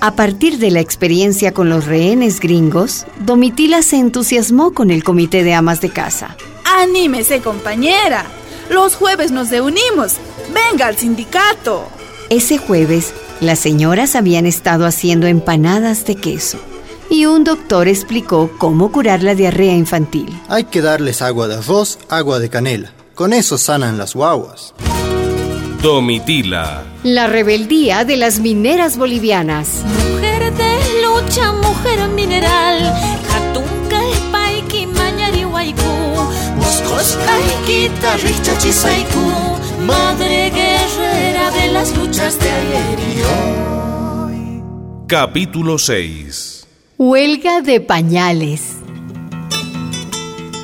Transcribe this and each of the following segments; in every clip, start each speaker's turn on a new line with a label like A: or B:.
A: A partir de la experiencia con los rehenes gringos, Domitila se entusiasmó con el comité de amas de casa.
B: ¡Anímese, compañera! Los jueves nos reunimos. ¡Venga al sindicato!
A: Ese jueves, las señoras habían estado haciendo empanadas de queso y un doctor explicó cómo curar la diarrea infantil.
C: Hay que darles agua de arroz, agua de canela. Con eso sanan las guaguas.
D: Domitila.
A: La rebeldía de las mineras bolivianas.
E: Mujer de lucha, mujer mineral. Jatunca, paiki, mañari, Moscoscaiquita, richa, chisaiku. Madre guerrera de las luchas de ayer y hoy.
D: Capítulo 6
A: Huelga de pañales.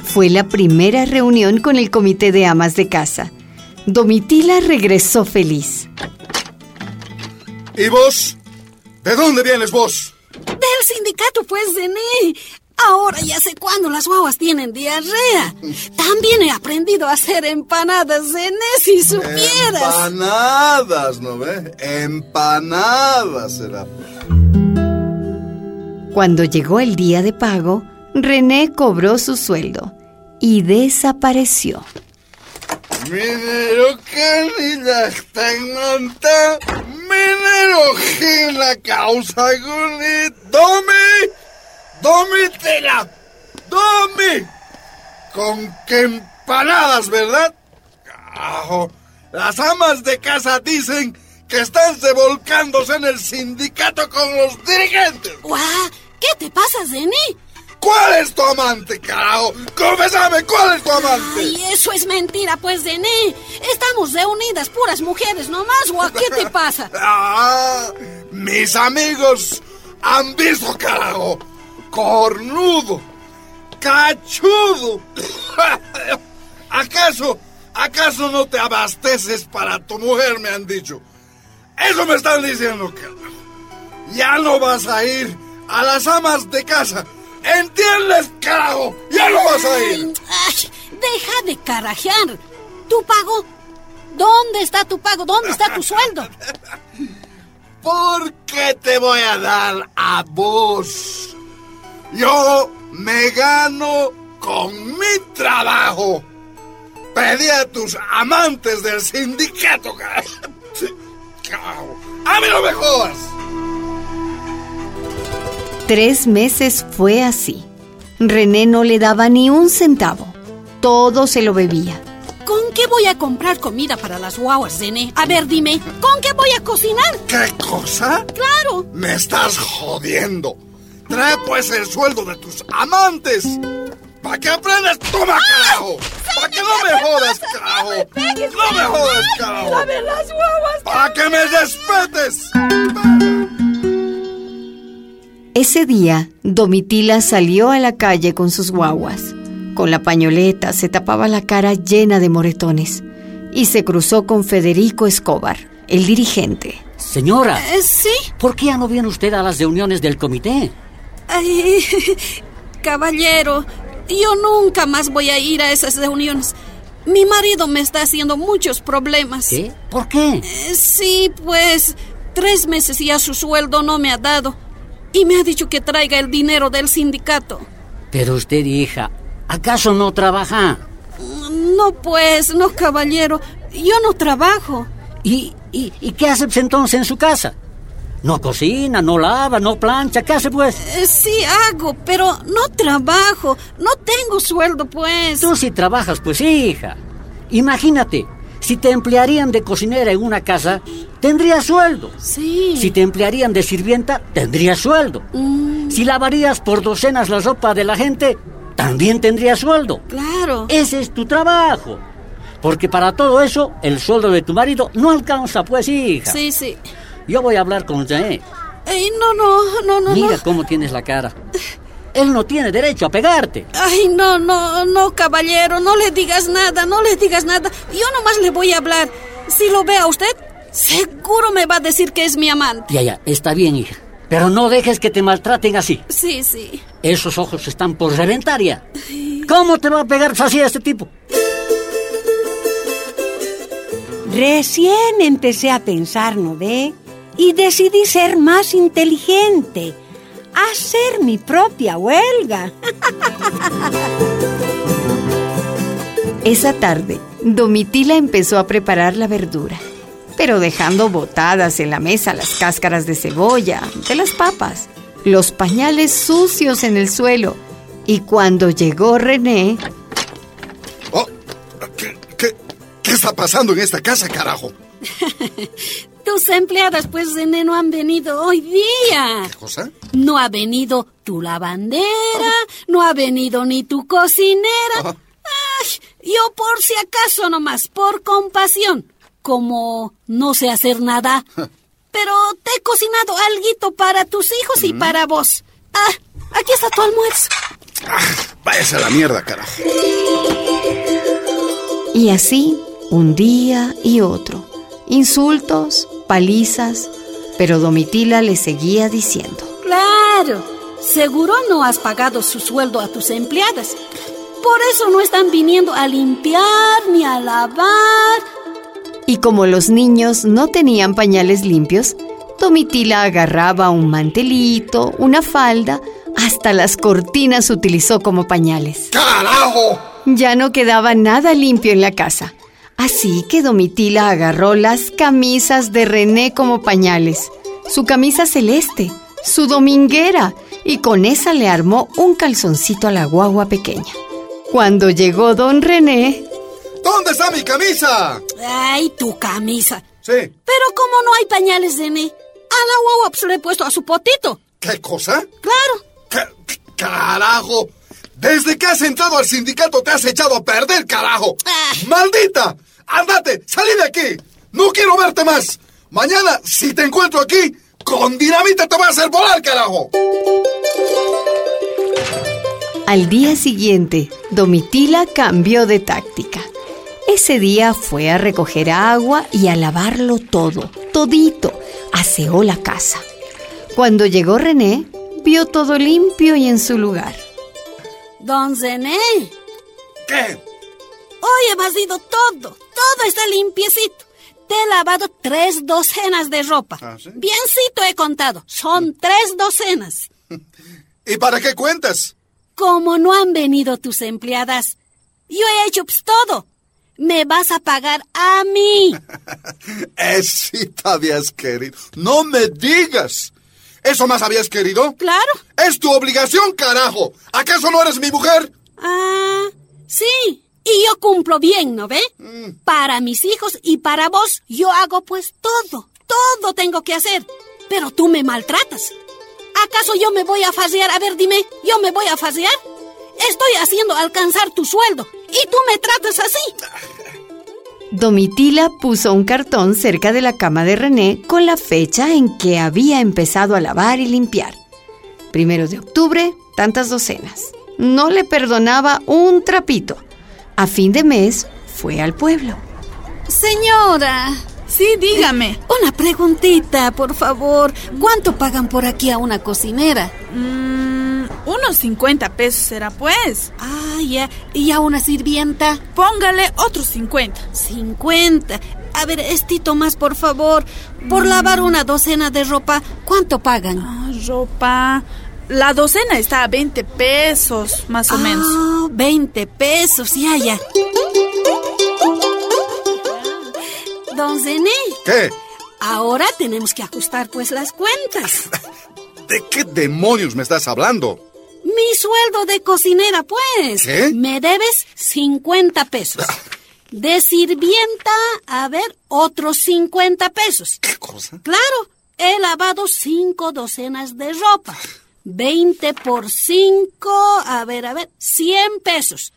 A: Fue la primera reunión con el comité de amas de casa. Domitila regresó feliz.
F: ¿Y vos? ¿De dónde vienes vos?
G: Del sindicato, pues, Dené. Ahora ya sé cuándo las guaguas tienen diarrea. También he aprendido a hacer empanadas, Dené, si supieras.
F: Empanadas, ¿no ve? Empanadas será.
A: Cuando llegó el día de pago, René cobró su sueldo y desapareció.
F: Minero Canilactagnanta, Minero Gila Causa Guni, Domi, Domi Tela, Domi, con que empanadas, ¿verdad? Carajo, las amas de casa dicen que están revolcándose en el sindicato con los dirigentes.
G: ¡Guau! ¿Qué te pasa, Zeni?
F: ¿Cuál es tu amante, carajo? Confesame, ¿cuál es tu amante?
G: Ay, eso es mentira, pues, Zeni. Estamos reunidas puras mujeres nomás, guau. ¿Qué te pasa?
F: ah, mis amigos han visto, carajo. Cornudo. Cachudo. ¿Acaso, acaso no te abasteces para tu mujer, me han dicho? Eso me están diciendo, carajo. Ya no vas a ir a las amas de casa. ¿Entiendes, carajo? Ya no vas a ir.
G: Ay, deja de carajear. ¿Tu pago? ¿Dónde está tu pago? ¿Dónde está tu sueldo?
F: ¿Por qué te voy a dar a vos? Yo me gano con mi trabajo. Pedí a tus amantes del sindicato, carajo. ¡A mí no me jodas!
A: Tres meses fue así. René no le daba ni un centavo. Todo se lo bebía.
G: ¿Con qué voy a comprar comida para las guaguas, René? A ver, dime, ¿con qué voy a cocinar?
F: ¿Qué cosa?
G: ¡Claro!
F: ¡Me estás jodiendo! Trae pues el sueldo de tus amantes. ¡Para que aprendas! ¡Toma, carajo! ¡Para ¡Ah! que no me jodas, carajo! ¡No me jodas, carajo!
G: ¡Dame las guaguas!
F: ¡Para que me respetes!
A: Ese día, Domitila salió a la calle con sus guaguas. Con la pañoleta se tapaba la cara llena de moretones y se cruzó con Federico Escobar, el dirigente.
H: Señora,
G: Eh, ¿Sí?
H: ¿por qué ya no viene usted a las reuniones del comité?
G: Ay, caballero, yo nunca más voy a ir a esas reuniones. Mi marido me está haciendo muchos problemas.
H: ¿Qué? ¿Por qué?
G: Eh, Sí, pues tres meses ya su sueldo no me ha dado. Y me ha dicho que traiga el dinero del sindicato.
H: Pero usted, hija, ¿acaso no trabaja?
G: No, pues, no, caballero. Yo no trabajo.
H: ¿Y, y, y qué hace pues, entonces en su casa? No cocina, no lava, no plancha, ¿qué hace pues?
G: Eh, Sí hago, pero no trabajo. No tengo sueldo, pues.
H: Tú sí trabajas, pues hija. Imagínate, si te emplearían de cocinera en una casa, tendrías sueldo.
G: Sí.
H: Si te emplearían de sirvienta, tendrías sueldo.
G: Mm,
H: Si lavarías por docenas la ropa de la gente, también tendrías sueldo.
G: claro.
I: Eh.
H: Ese es tu trabajo. Porque para todo eso, el sueldo de tu marido no alcanza, pues, hija.
G: Sí, sí.
H: Yo voy a hablar con Jaé.
G: Ay, no, no, no, no,
H: Mira
G: no.
H: cómo tienes la cara. Él no tiene derecho a pegarte.
G: Ay, no, no, no, caballero, no le digas nada, no le digas nada. Yo nomás le voy a hablar. Si lo ve a usted, seguro me va a decir que es mi amante.
H: Ya, ya, está bien, hija. Pero no dejes que te maltraten así.
G: Sí, sí.
H: Esos ojos están por reventar ya. ¿Cómo te va a pegar así a este tipo?
I: Recién empecé a pensar, ¿no ve? y decidí ser más inteligente, hacer mi propia huelga.
A: Esa tarde, Domitila empezó a preparar la verdura, pero dejando botadas en la mesa las cáscaras de cebolla, de las papas, los pañales sucios en el suelo. Y cuando llegó René,
F: Oh, ¿qué, qué, qué está pasando en esta casa, carajo?
G: Tus empleadas, pues, René, no han venido hoy día.
F: ¿Qué cosa?
G: No ha venido tu lavandera, no ha venido ni tu cocinera. Ay, yo por si acaso nomás, por compasión, como no sé hacer nada. Pero te he cocinado alguito para tus hijos y para vos. Ah, aquí está tu almuerzo.
F: Ah, Váyase a la mierda, carajo.
A: y así, un día y otro. Insultos, palizas, pero Domitila le seguía diciendo.
G: Claro, seguro no has pagado su sueldo a tus empleadas. Por eso no están viniendo a limpiar ni a lavar.
A: Y como los niños no tenían pañales limpios, Domitila agarraba un mantelito, una falda, hasta las cortinas utilizó como pañales.
F: ¡Carajo!
A: Ya no quedaba nada limpio en la casa. Así que Domitila agarró las camisas de René como pañales, su camisa celeste, su dominguera, y con esa le armó un calzoncito a la guagua pequeña. Cuando llegó don René,
F: ¿Dónde está mi camisa?
G: Ay, tu camisa.
F: Sí.
G: Pero como no hay pañales, René, a la guagua pues, le he puesto a su potito.
F: ¿Qué cosa?
G: Claro.
F: Ca- ¡Carajo! Desde que has entrado al sindicato te has echado a perder, carajo.
G: Ah.
F: ¡Maldita! ¡Ándate! ¡Salí de aquí! ¡No quiero verte más! Mañana, si te encuentro aquí, con dinamita te voy a hacer volar, carajo.
A: Al día siguiente, Domitila cambió de táctica. Ese día fue a recoger agua y a lavarlo todo, todito. Aseó la casa. Cuando llegó René, vio todo limpio y en su lugar.
G: Don René,
F: ¿Qué?
G: hoy he barrido todo. Todo está limpiecito. Te he lavado tres docenas de ropa.
F: Ah, ¿sí?
G: Biencito he contado. Son tres docenas.
F: ¿Y para qué cuentas?
G: Como no han venido tus empleadas, yo he hecho pues, todo. Me vas a pagar a mí.
F: Eh, sí te habías querido. ¡No me digas! ¿Eso más habías querido?
G: Claro.
F: ¡Es tu obligación, carajo! ¿Acaso no eres mi mujer?
G: Ah, sí. Y yo cumplo bien, ¿no ve? Para mis hijos y para vos, yo hago pues todo. Todo tengo que hacer. Pero tú me maltratas. ¿Acaso yo me voy a fasear? A ver, dime, ¿yo me voy a fasear? Estoy haciendo alcanzar tu sueldo. Y tú me tratas así.
A: Domitila puso un cartón cerca de la cama de René con la fecha en que había empezado a lavar y limpiar. Primero de octubre, tantas docenas. No le perdonaba un trapito. A fin de mes, fue al pueblo.
G: Señora,
B: Sí, dígame.
G: Una preguntita, por favor. ¿Cuánto pagan por aquí a una cocinera?
B: Mm, unos 50 pesos será pues.
G: Ah, ya. ¿Y a una sirvienta?
B: Póngale otros 50.
G: 50. A ver, Estito más, por favor. Por lavar una docena de ropa, ¿cuánto pagan?
B: Ah, ropa. La docena está a 20 pesos, más o menos.
G: Ah, 20 pesos, ya, ya. Don Zené,
F: ¿Qué?
G: ahora tenemos que ajustar pues las cuentas.
F: ¿De qué demonios me estás hablando?
G: Mi sueldo de cocinera, pues.
F: ¿Qué?
G: Me debes 50 pesos.
B: Ah.
G: De sirvienta, a ver, otros 50 pesos.
F: ¿Qué cosa?
G: Claro, he lavado cinco docenas de ropa. 20 por 5, a ver, a ver, 100 pesos.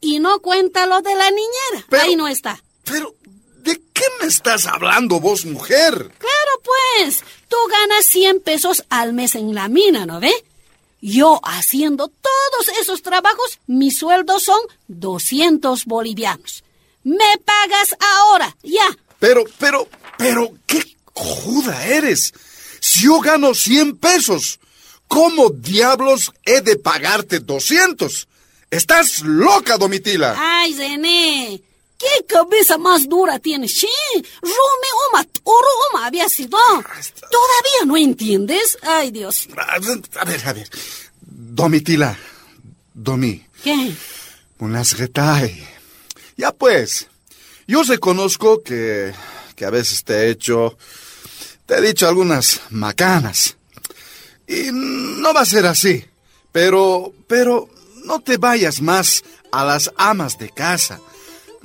G: Y no cuenta lo de la niñera.
F: Pero-
G: Ahí no está.
F: Pero, ¿de qué me estás hablando vos, mujer?
G: Claro, pues, tú ganas 100 pesos al mes en la mina, ¿no ve? Yo haciendo todos esos trabajos, mi sueldo son 200 bolivianos. Me pagas ahora, ya.
F: Pero, pero, pero, ¿qué cojuda eres? Si yo gano 100 pesos, ¿cómo diablos he de
G: Ah.
F: pagarte 200? Estás loca, Domitila.
G: Ay, René, ¿Qué cabeza más dura tienes, che? Rume oma, toro oma había sido. ¿Todavía no entiendes? Ay, Dios.
F: A ver, a ver. Domitila. Domi.
G: ¿Qué?
F: Unas retai. Ya pues. Yo reconozco que, que a veces te he hecho. Te he dicho algunas macanas. Y no va a ser así. Pero. Pero. No te vayas más a las amas de casa.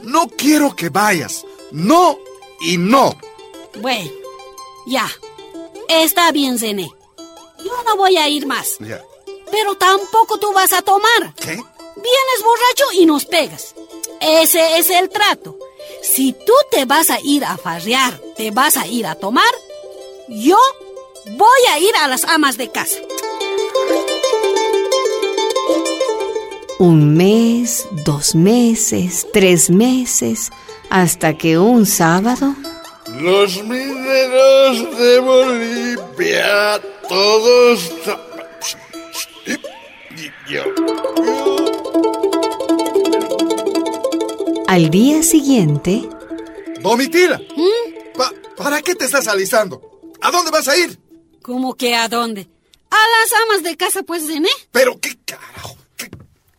F: No quiero que vayas. No y no.
G: Bueno, ya. Está bien, Zene. Yo no voy a ir más.
F: Ya.
G: Pero tampoco tú vas a tomar.
F: ¿Qué?
G: Vienes borracho y nos pegas. Ese es el trato. Si tú te vas a ir a farrear, te vas a ir a tomar, yo voy a ir a las amas de casa.
A: Un mes, dos meses, tres meses, hasta que un sábado...
F: Los mineros de Bolivia, todos... tra-
A: Al día siguiente,
F: Domitila. Pa- ¿Para qué te estás alisando? ¿A dónde vas a ir?
G: ¿Cómo que a dónde? A las amas de casa, pues, René.
F: Pero qué carajo. ¿Qué,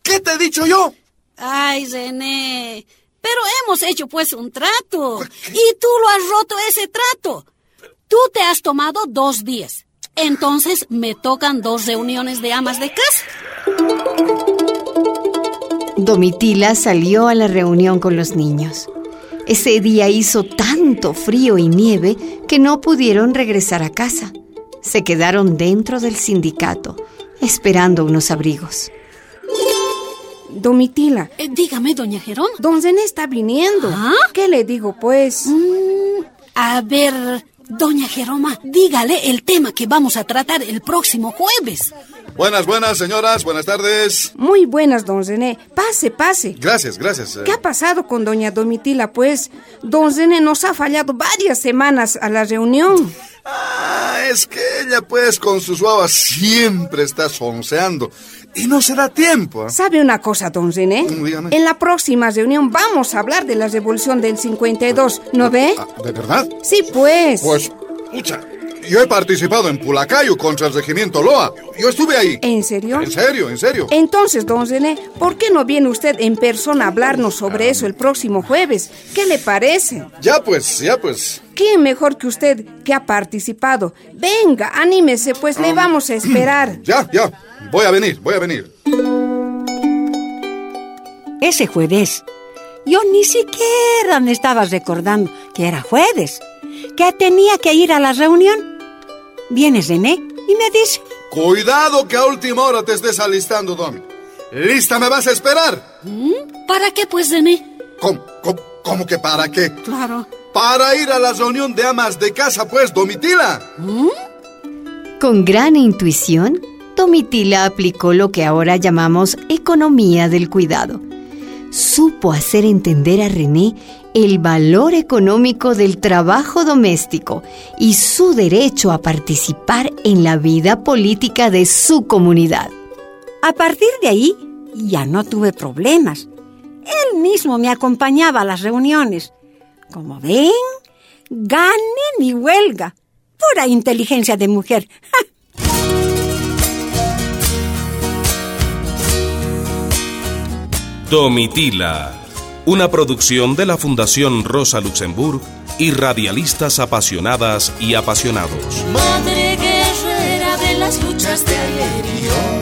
F: qué te he dicho yo?
G: Ay, René. Pero hemos hecho, pues, un trato. Y tú lo has roto ese trato. Tú te has tomado dos días. Entonces me tocan dos reuniones de amas de casa.
A: Domitila salió a la reunión con los niños. Ese día hizo tanto frío y nieve que no pudieron regresar a casa. Se quedaron dentro del sindicato, esperando unos abrigos.
I: Domitila,
G: Eh, dígame, doña Gerona.
I: don Zené está viniendo.
G: ¿Ah?
I: ¿Qué le digo, pues?
G: A ver, doña Jeroma, dígale el tema que vamos a tratar el próximo jueves.
F: Buenas, buenas, señoras. Buenas tardes.
I: Muy buenas, don Zené. Pase, pase.
F: Gracias, gracias. eh.
I: ¿Qué ha pasado con doña Domitila, pues? Don Zené nos ha fallado varias semanas a la reunión.
F: Ah, es que ella, pues, con sus guavas siempre está sonceando. Y no se da tiempo. ¿eh?
I: ¿Sabe una cosa, don René?
F: Mm, dígame.
I: En la próxima reunión vamos a hablar de la revolución del 52, ¿no ve?
F: Ah, ¿De verdad?
I: Sí, pues.
F: Pues, pucha, yo he participado en Pulacayo contra el regimiento Loa. Yo estuve ahí.
I: ¿En serio?
F: En serio, en serio.
I: Entonces, don René, ¿por qué no viene usted en persona a hablarnos
F: Ah.
I: sobre eso el próximo jueves? ¿Qué le parece?
F: Ya pues, ya pues.
I: ¿Quién mejor que usted que ha participado? Venga, anímese, pues le vamos a esperar.
F: Ya, ya. Voy a venir, voy a venir.
J: Ese jueves, yo ni siquiera me estaba recordando que era jueves, que tenía que ir a la reunión. Viene René E y me dice,
F: Cuidado que a última hora te estés alistando, Domi. ¿Lista me vas a esperar?
G: ¿Para qué, pues, René?
F: ¿Cómo, cómo, cómo que para qué?
G: Claro.
F: Para ir a la reunión de amas de casa, pues, Domitila.
A: Con gran intuición, Domitila aplicó lo que ahora llamamos economía del cuidado. Supo hacer entender a René el valor económico del trabajo doméstico y su derecho a participar en la vida política de su comunidad.
J: a partir de ahí ya no tuve problemas. Él mismo me acompañaba a las reuniones. Como ven, gané mi huelga. Pura inteligencia de mujer.
D: Domitila, una producción de la Fundación Rosa Luxemburg y radialistas apasionadas y apasionados.
E: madre guerrera de las luchas de ayer y hoy.